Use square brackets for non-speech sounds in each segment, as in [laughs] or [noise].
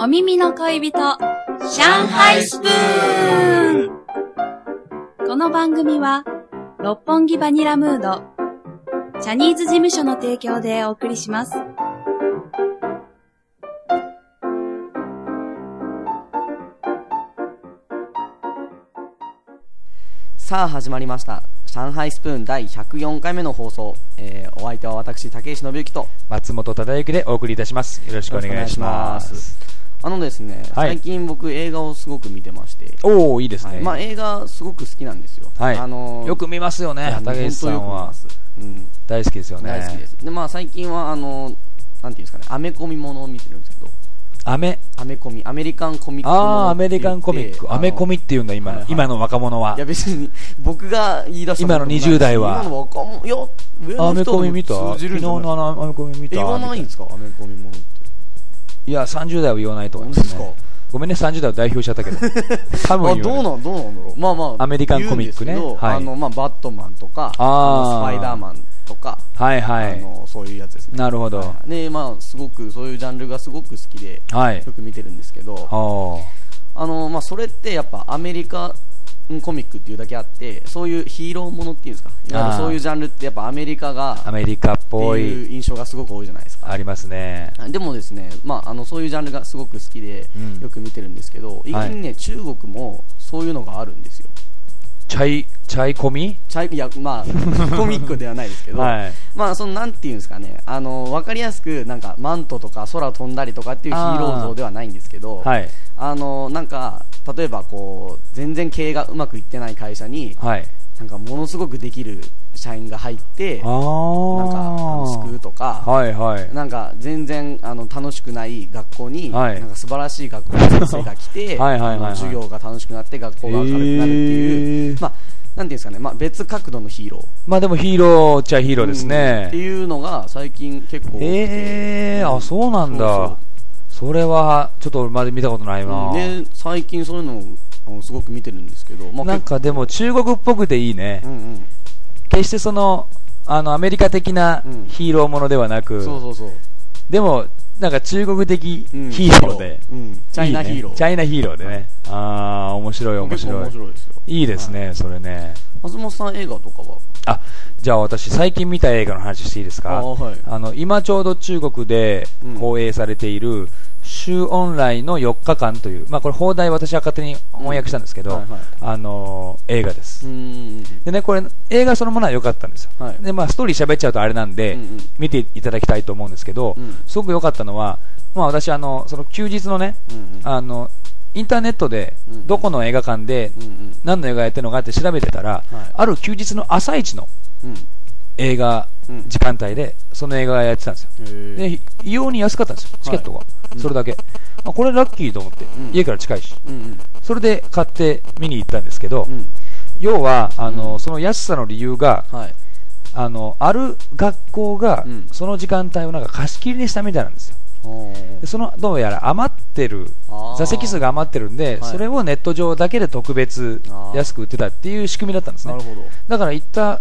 お耳の恋人、上海スプーンこの番組は、六本木バニラムード、ジャニーズ事務所の提供でお送りします。さあ始まりました上海スプーン第104回目の放送、えーお相手は私竹石信之とよ松本忠之でお送りいたしますよろしくお願いしますあのですね、はい最近僕映画をすごく見てまして、おおいいですね、はいまあ映画すごく好きなんですよ、はいあのーよく見ますよいねや竹内さんは本当よく見ます、大好きですようん、ね大好きですでまあ最近はあのーなんていうんですかねアメコミものを見てるんですけどアメアメコミアメリカンコミックものああーアメリカンコミックアメコミっってていうんだ今の、はいはい今の若者言ってあのはいや別に僕が言い出したことないです今の20代は今の若者いや上の人アでメもコミ見た通じる昨ん日じゃないのあのアメコミ見た言わないんですかアメコミものっていや30代は言わないと思いますね本当ですごめんね30代は代表しちゃっ [laughs] たけど多分あ言どわなうないんどうなんだろうまあまあアメリカンコミックね言うんですけどはいあのまあバットマンとかあーのスパイダーマンとかはいはあいのそういうやつですねなるほどはいでまあすごくそういうジャンルがすごく好きではいよく見てるんですけどはあのまあそれってやっぱアメリカンコミックっていうだけあってそういうヒーローものっていうんですかいわゆるそういうジャンルってやっぱアメリカがあアっメリカってぽいいう印象がすごく多いじゃないですかありますねでもですね、まあ、あのそういうジャンルがすごく好きで、うんよく見てるんですけど、意外にね、中国もそういうのがあるんですよ。チャイチャイコミチャイいや、まあ、 [laughs] コミックではないですけど、はいまあ、その、なんていうんですかね、あの、わかりやすく、なんか、マントとか空飛んだりとかっていうヒーロー像ではないんですけど、はいあの、なんか、例えば、こう、全然経営がうまくいってない会社に、はいなんか、ものすごくできる社員が入って、あなんか、あのあ救うとか、はいはいなんか全然あの楽しくない学校に、はいなんか素晴らしい学校の先生が来て [laughs] はいはいはいはいあの授業が楽しくなって学校が明るくなるっていう、へーまあ、なんていうんですかね、まあ、別角度のヒーローまあでもヒーローっちゃヒーローですうんねっていうのが最近結構多くてええあそうなんだそれはちょっと俺まで見たことないそうそうなうんで最近そういうのをあのすごく見てるんですけど、まあ、なんかでも中国っぽくていいね結構うんうん、決してそのあのアメリカ的なうんヒーローものではなくそうそうそう、でもなんか中国的うんヒーローでうん、チャイナヒーローいいねチャイナヒーローでねああ面白い面結構白面い白いですよいいですねそれね松本さん映画とかはあじゃあ私最近見た映画の話していいですかあーはいあの今ちょうど中国でうん放映されている「週恩来の4日間」という、まあ、これ放題私は勝手に翻訳したんですけど、うんはいはいあのー映画です、うんでねこれ映画そのものは良かったんですよ、はいでまあ、ストーリー喋っちゃうとあれなんで、うんうん見ていただきたいと思うんですけど、うんすごく良かったのは、まあ、私あのその休日のね、うんうんあのインターネットでうんうんどこの映画館でうんうん何の映画やってるのかって調べてたら、はいある休日の朝一のうん映画うん時間帯でその映画がやってたんですよ、へえで異様に安かったんですよ、チケットが、それだけ、あこれラッキーと思って、ん家から近いし、うんうんそれで買って見に行ったんですけど、うん要はあの、うんその安さの理由が、はいあのある学校が、うんその時間帯をなんか貸し切りにしたみたいなんですよ、でそのどうやら余ってるあー座席数が余ってるんで、はいそれをネット上だけで特別あー安く売ってたっていう仕組みだったんですねなる、ほど、だから行った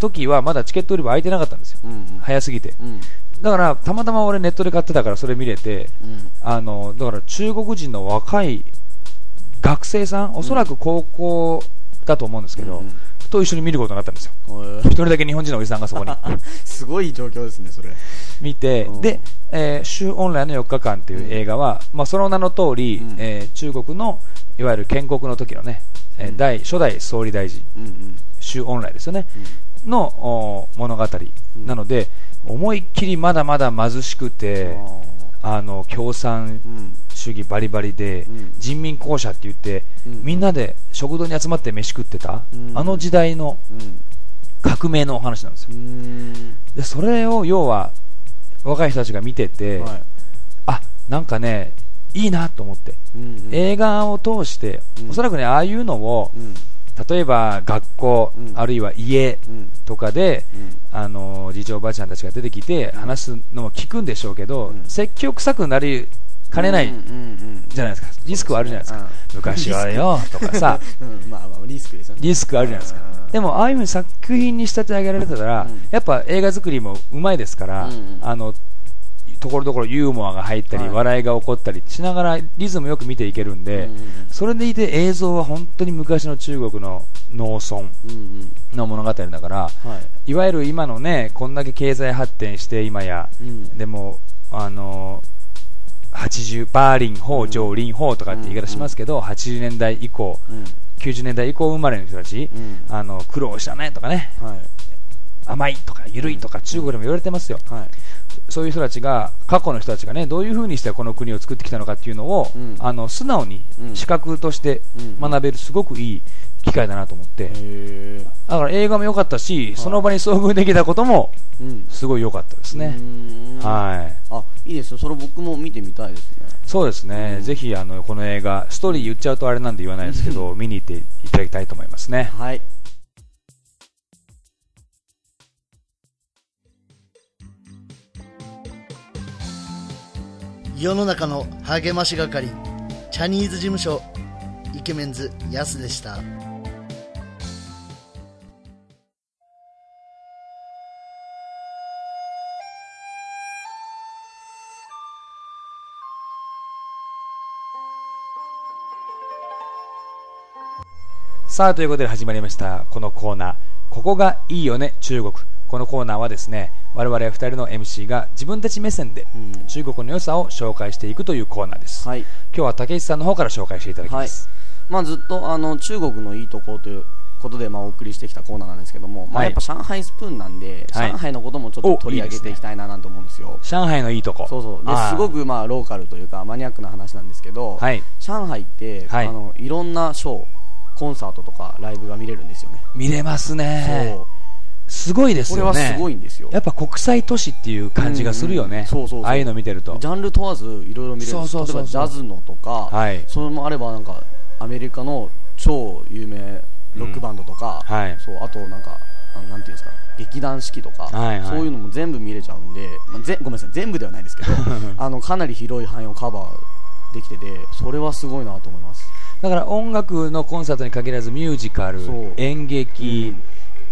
時はまだチケット売り場空いてなかったんですよ、うんうん早すぎて。うんだからたまたま俺ネットで買ってたからそれ見れてうんあのだから中国人の若い学生さんおそらく高校だと思うんですけど、うんうんと一緒に見ることになったんですよへ一人だけ日本人のおじさん [laughs] がそこにえすごい状況ですねそれ見て、うんで、えー週オンラインの4日間っていう映画は、まあ、その名の通り、うんえー中国のいわゆる建国の時のね、えーうん第初代総理大臣うんうん周恩来ですよね、のお物語なので、思いっきりまだまだ貧しくて、あの共産うん主義バリバリで、うん人民公社って言って、うんみんなで食堂に集まって飯食ってた、うんあの時代のうん革命のお話なんですよ、うんでそれを要は若い人たちが見てて、はいあなんかねいいなと思って、うんうん映画を通して、うんおそらくねああいうのを、うん例えば学校、うんあるいは家うんとかで、うんあのじいちゃんおばあちゃんたちが出てきて話すのも聞くんでしょうけど、うん積極臭くなりかねない、うんうんうんじゃないですかリスクはあるじゃないですか昔はよとかさうんまあまあリスクですよねリスクあるじゃないですうんかでもああいう作品に仕立て上げられてたら、うんやっぱ映画作りもうまいですから、うんうんあのところどころユーモアが入ったり、はい笑いが起こったりしながらリズムよく見ていけるんで、うんうんうんそれでいて映像は本当に昔の中国の農村うんの物語だからうんはいいわゆる今のねこんだけ経済発展して今やうんでもあの80バーリン法、上リン法とかって言い方しますけど、80年代以降うん90年代以降生まれの人たち、うんあの苦労したねとかねはい甘いとか緩いとか中国でも言われてますよ、はいそういう人たちが過去の人たちがねどういうふうにしてこの国を作ってきたのかっていうのを、うんあの素直にうん視覚としてうん学べるすごくいい機会だなと思って、へだから映画も良かったし、その場に遭遇できたこともえうんすごい良かったですね、いはいあいいですよそれ僕も見てみたいですねそうですね、うんぜひあのこの映画ストーリー言っちゃうとあれなんで言わないですけど見に行っていただきたいと思いますねはい世の中の励まし係チャニーズ事務所イケメンズヤスでしたさあということで始まりましたこのコーナー「ここがいいよね中国」このコーナーはですね我々2人の MC が自分たち目線でうん中国の良さを紹介していくというコーナーです、はい今日は竹内さんの方から紹介していただきます、まあずっとあの中国のいいとこということでまあお送りしてきたコーナーなんですけども、まはあいやっぱ上海スプーンなんで、はい上海のこともちょっと取り上げていきたいななんて思うんですよ上海のいいとこそうそうであーすごくまあローカルというかマニアックな話なんですけど、はい上海って、はいい、あのいろんなショーコンサートとかライブが見れるんですよね見れますねそうすごいですこれよはねすごいんですよやっぱ国際都市っていう感じがするよね、うんうんそうそうそうああいうの見てるとジャンル問わずいろいろ見れるそうそう例そうそうえばジャズのとか、はいそれもあればなんかアメリカの超有名ロックバンドとか、うんはいそうあとなんかあのなんていうんですか劇団四季とか、はいはいそういうのも全部見れちゃうんで、まあ、ぜごめんなさい全部ではないです [laughs] けどあのかなり広い範囲をカバーできててそれはすごいなと思いますだから音楽のコンサートに限らずミュージカルそう演劇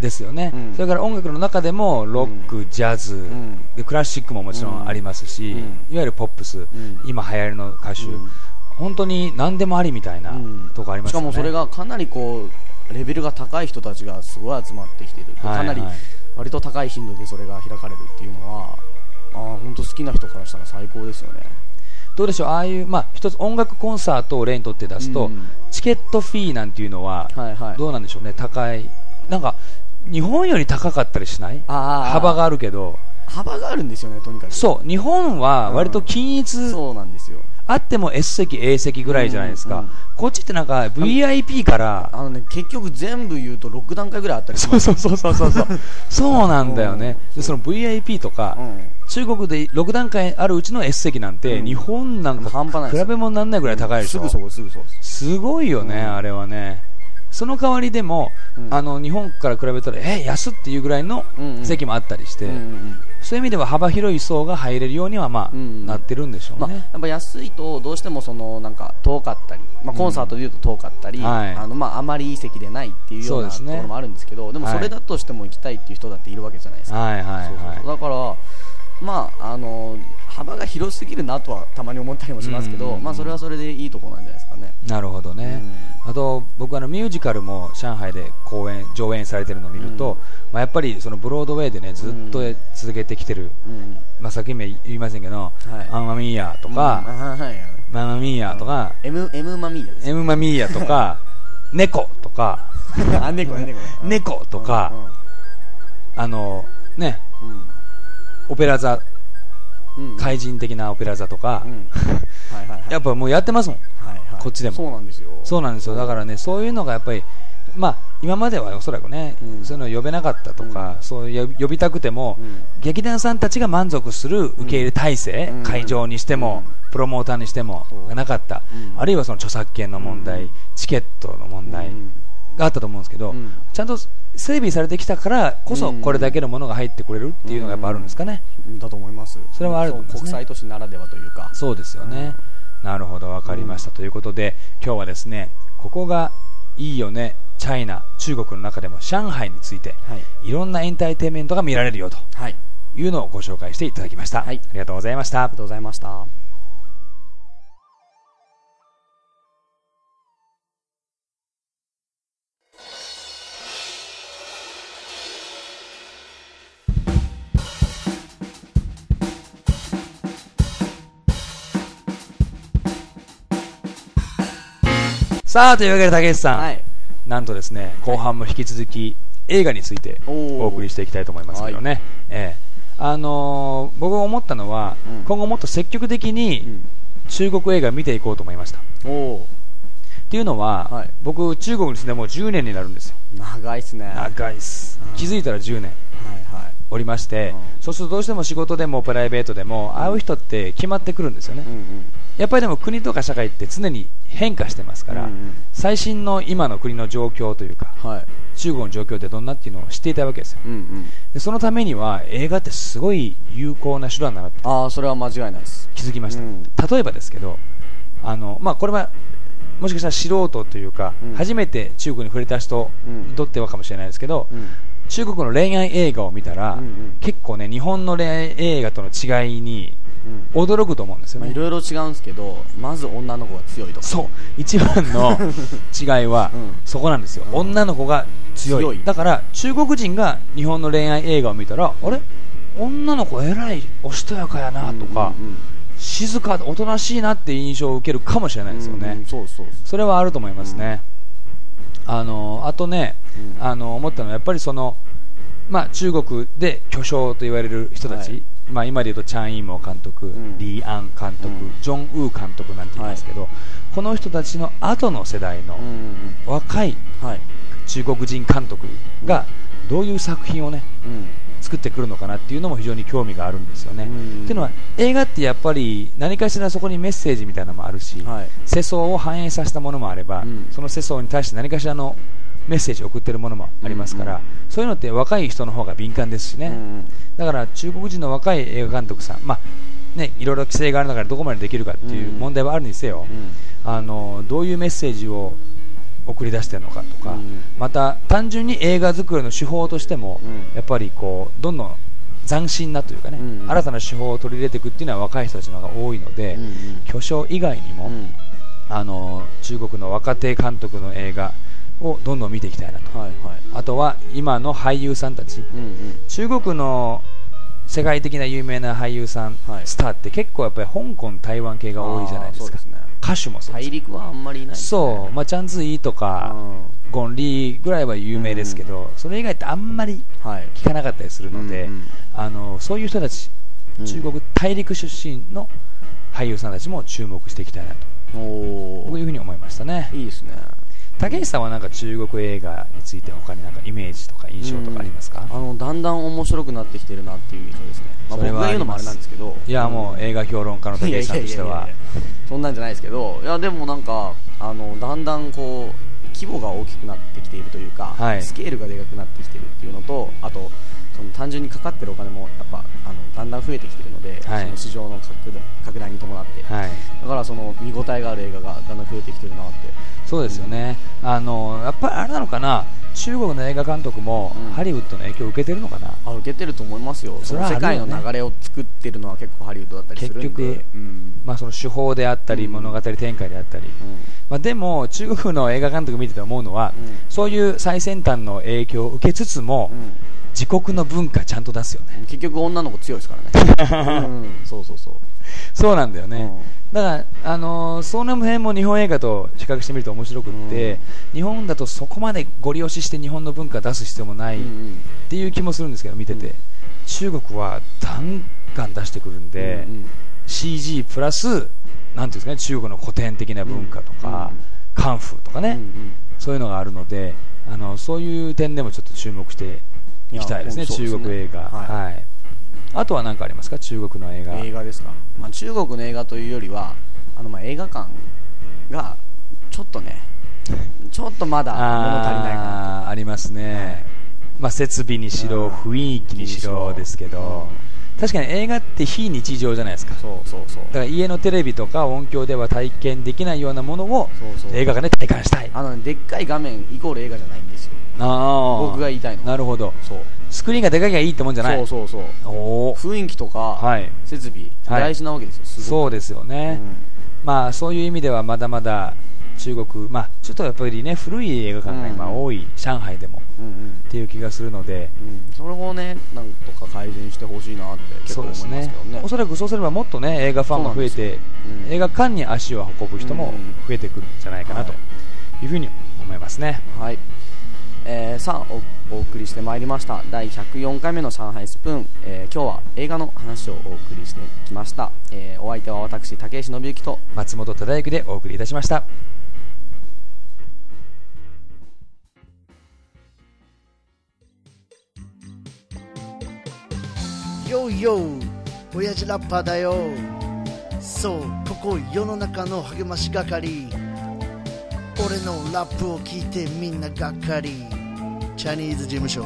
ですよね、うんそれから音楽の中でもロック、ジャズ、んでクラシックももちろんありますし、うんいわゆるポップス、ん今流行りの歌手、うん本当に何でもありみたいなうんとこありましすかよね、もそれがかなりこうレベルが高い人たちがすごい集まってきてる、はいかなりはい割と高い頻度でそれが開かれるっていうのはあー本当好きな人からしたら最高ですよねどうでしょうああいう、まあ、一つ音楽コンサートを例にとって出すと、うんチケットフィーなんていうのははいはいどうなんでしょうね高いなんか日本より高かったりしないあー幅があるけど幅があるんですよねとにかくそう日本は割と均一、そうなんですよあっても S 席 A 席ぐらいじゃないですか、うんうんこっちってなんか VIP からあのね結局全部言うと6段階ぐらいあったりしそまうすそうそうそうそうそうそうなんだよね、うんでその VIP とか、うん中国で6段階あるうちの S 席なんて、うん日本なんか半端ないです比べ物にならないぐらい高いでしすょ、ぐそこすぐそこですすごいよね、うんあれはねその代わりでも、うんあの日本から比べたらえ安っていうぐらいのうんうん席もあったりして、うんうんうんそういう意味では幅広い層が入れるようには、まあうんうんなってるんでしょうまあ、やね、っぱ安いとどうしてもそのなんか遠かったり、まあ、コンサートでいうと遠かったり、うんはいあのまああまりいい席でないっていうようなそうとでこすねろもあるんですけどでもはいそれだとしても行きたいっていう人だっているわけじゃないですか、はいはいそうそうはそういだから、まあ、あの幅が広すぎるなとはたまに思ったりもしますけうんうんど、うんまあ、それはそれでいいところなんじゃないですかね。なるほどね、あと僕あのミュージカルも上海で公演上演されてるのを見るうと、んまあ、やっぱりそのブロードウェイでねずっとうん続けてきてる、うんうんまあ、さっきも言いませんけど、はいアンマミーヤとか、うんはいはいママミーヤとか、 M, M マミーヤですエムマミーヤと [laughs] か猫とかあ [laughs] 猫ね猫ね猫とか、あのねうんうんオペラ座うんうん怪人的なオペラ座とか、うんはいはいはいやっぱもうやってますもんはいはい、こっちでもそうなんですよそうなんですよだからねそういうのがやっぱりまあ今まではおそらくね、うんそういうの呼べなかったとか、そういう呼びたくても、うん劇団さんたちが満足する受け入れ体制、うん会場にしても、プロモーターにしてもそうがなかった、うんあるいはその著作権の問題、うんチケットの問題うんがあったと思うんですけど、うんちゃんと整備されてきたからこそうんこれだけのものが入ってくれるっていうのがやっぱあるんですかね、だと思いますそれはあると思いますねそう国際都市ならではというかそうですよね、なるほど分かりました、ということで今日はですねここがいいよねチャイナ中国の中でも上海についてはい、いろんなエンターテインメントが見られるよとはい、いうのをご紹介していただきました、はいありがとうございましたがとうございました。さあというわけで竹内さん、はい。なんとですね後半も引き続き映画についておーお送りしていきたいと思いますけどね、ええあのー僕が思ったのは、うん今後もっと積極的うにん。中国映画を見ていこうと思いました、っおおていうのは、はい僕中国に住んでもう10年になるんですよー。長いっすね。はい長いっすうん気づいたら10年はおりまして、うんそうするとどうしても仕事でもプライベートでも会う人って決まってくるんですよね、い。うんうん。やっぱりでも国とか社会って常に変化してますから、うんうん最新の今の国の状況というかはい。中国の状況ってどんなっていうのを知っていたわけですようんうん。でそのためには映画ってすごい有効な手段だなってああ、それは間違いないです。気づきました、うん例えばですけどあの、まあ、これはもしかしたら素人というか、うん初めて中国に触れた人にとってはかもしれないですけど、うん。中国の恋愛映画を見たら、うんうん結構ね日本の恋愛映画との違いにうん。驚くと思うんですよまあ、ね、いろいろ違うんですけど、まず女の子が強いとか。そう一番 [laughs] の違いは、うんそこなんですよ、うん女の子が強い強いだから中国人が日本の恋愛映画を見たらあれ女の子偉いおしとやかやなとか、うんうんうん静かおとなしいなって印象を受けるかもしれないですよね、うんうんそうそうそそれはあると思いますね、あのあとね、うんあの思ったのはやっぱりその、まあ、中国で巨匠と言われる人たち、はいまあ、今で言うとチャン・イーモウ監督、んリー・アン監督、うんジョン・ウー監督なんて言いますけど、この人たちの後の世代う。うんのうん若いうん。はい。中国人監督がどういう作品をねうん。作ってくるのかなっていうのも非常に興味があるんですよね。うんっていうのは映画ってやっぱり何かしらそこにメッセージみたいなのもあるし、はい。世相を反映させたものもあれば、うんその世相に対して何かしらのメッセージを送ってるものもありますかうら、んうんそういうのって若い人の方が敏感ですしね、うんうんだから中国人の若い映画監督さん、まあね、いろいろ規制がある中でどこまでできるかっていううん問題はあるにせよ、うんあのどういうメッセージを送り出してるのかとか、うんうんまた単純に映画作りの手法としても、うんやっぱりこうどんどん斬新なというかね、うんうん新たな手法を取り入れていくっていうのは若い人たちの方が多いので、うんうん巨匠以外にも、うんあの中国の若手監督の映画をどんどん見ていきたいなとはいはい。あとは今の俳優さんたちうんうん。中国の世界的な有名な俳優さん、はいスターって結構やっぱり香港台湾系が多いじゃないですかあーそうですね歌手もそうです大陸はあんまりいないですね。そう、まあ、チャン・ズイとか、うゴン・リーぐらいは有名ですけど、それ以外ってあんまりんはい。聞かなかったりするので、うんうんあのそういう人たちうん中国大陸出身の俳優さんたちも注目していきたいなとおこういうーふうに思いましたねいいですね。竹内さんはなんか中国映画について他になんかイメージとか印象とかありますかあ、のだんだん面白くなってきてるなっていう印象ですね、まあ、それ僕はが言うのもあれなんですけどいやもう映画評論家のい竹やい内さやいんとやしいてやはそんなんじゃないですけどいやでもなんかあのだんだんこう規模が大きくなってきているというか、はいスケールがでかくなってきてるっていうのとあとその単純にかかってるお金もやっぱあのだんだん増えてきてるので、はいその市場の拡大拡大に伴って、はいだからその見応えがある映画がだんだん増えてきてるなってそうですよねあのやっぱりあれなのかな中国の映画監督もうんハリウッドの影響を受けてるのかな、あ受けてると思いますよそそれのはある世よね界の流れを作ってるのは結構ハリウッドだったりするんで結局うんまあ、その手法であったりうん物語展開であったり、うんまあ、でも中国の映画監督見てて思うのは、うんそういう最先端の影響を受けつつも、うん自国の文化ちゃんと出すよね結局女の子強いですからね、うん、そうそうそうそうなんだよね、うだから、あのーその辺も日本映画と比較してみると面白くって、うん日本だとそこまでご利用しして日本の文化出す必要もないっうんうんていう気もするんですけど見てて、うん中国はガンガン出してくるんで、うんうん CG プラスなんていうんですかね中国の古典的な文化とか、うんうんカンフーとかね、うんうんそういうのがあるのであのそういう点でもちょっと注目していきたいですねいやそうです中ね国映画、ははいあとは何かありますか中国の映画映画ですか、まあ、中国の映画というよりはあのまあ映画館がちょっとねちょっとまだ物足りないかなあーありますね、まあ、設備にしろ、うん雰囲気にしろですけど、確かに映画って非日常じゃないですかだそうそうそうから家のテレビとか音響では体験できないようなものをそうそう映画館で体感したいあのねでっかい画面イコール映画じゃないんですよあー僕が言いたいのはなるほどそうスクリーンがでかきゃいいってもんじゃないそうそうそうおー雰囲気とか、はい設備はい大事なわけですよ、すごそうですよいね、まあそういう意味ではまだまだ中国、まあ、ちょっとやっぱりね古い映画館が今うん多い、上海でもうんうんうんっていう気がするので、うん、それをねなんとか改善してほしいなって結構そう思いでますすけどねねおそらくそうすればもっとね映画ファンが増えて、うん映画館に足を運ぶ人も増えてくるんじゃないかなとうんいうふうに思いますね、はい、えーさあおお送りしてまいりました第104回目の「上海スプーン」えー今日は映画の話をお送りしてきました、えーお相手は私竹石信之と松本忠之でお送りいたしましたよいよ親父ラッパーだよそうここ世の中の励まし係俺のラップを聞いてみんながっかりチャニーズ事務所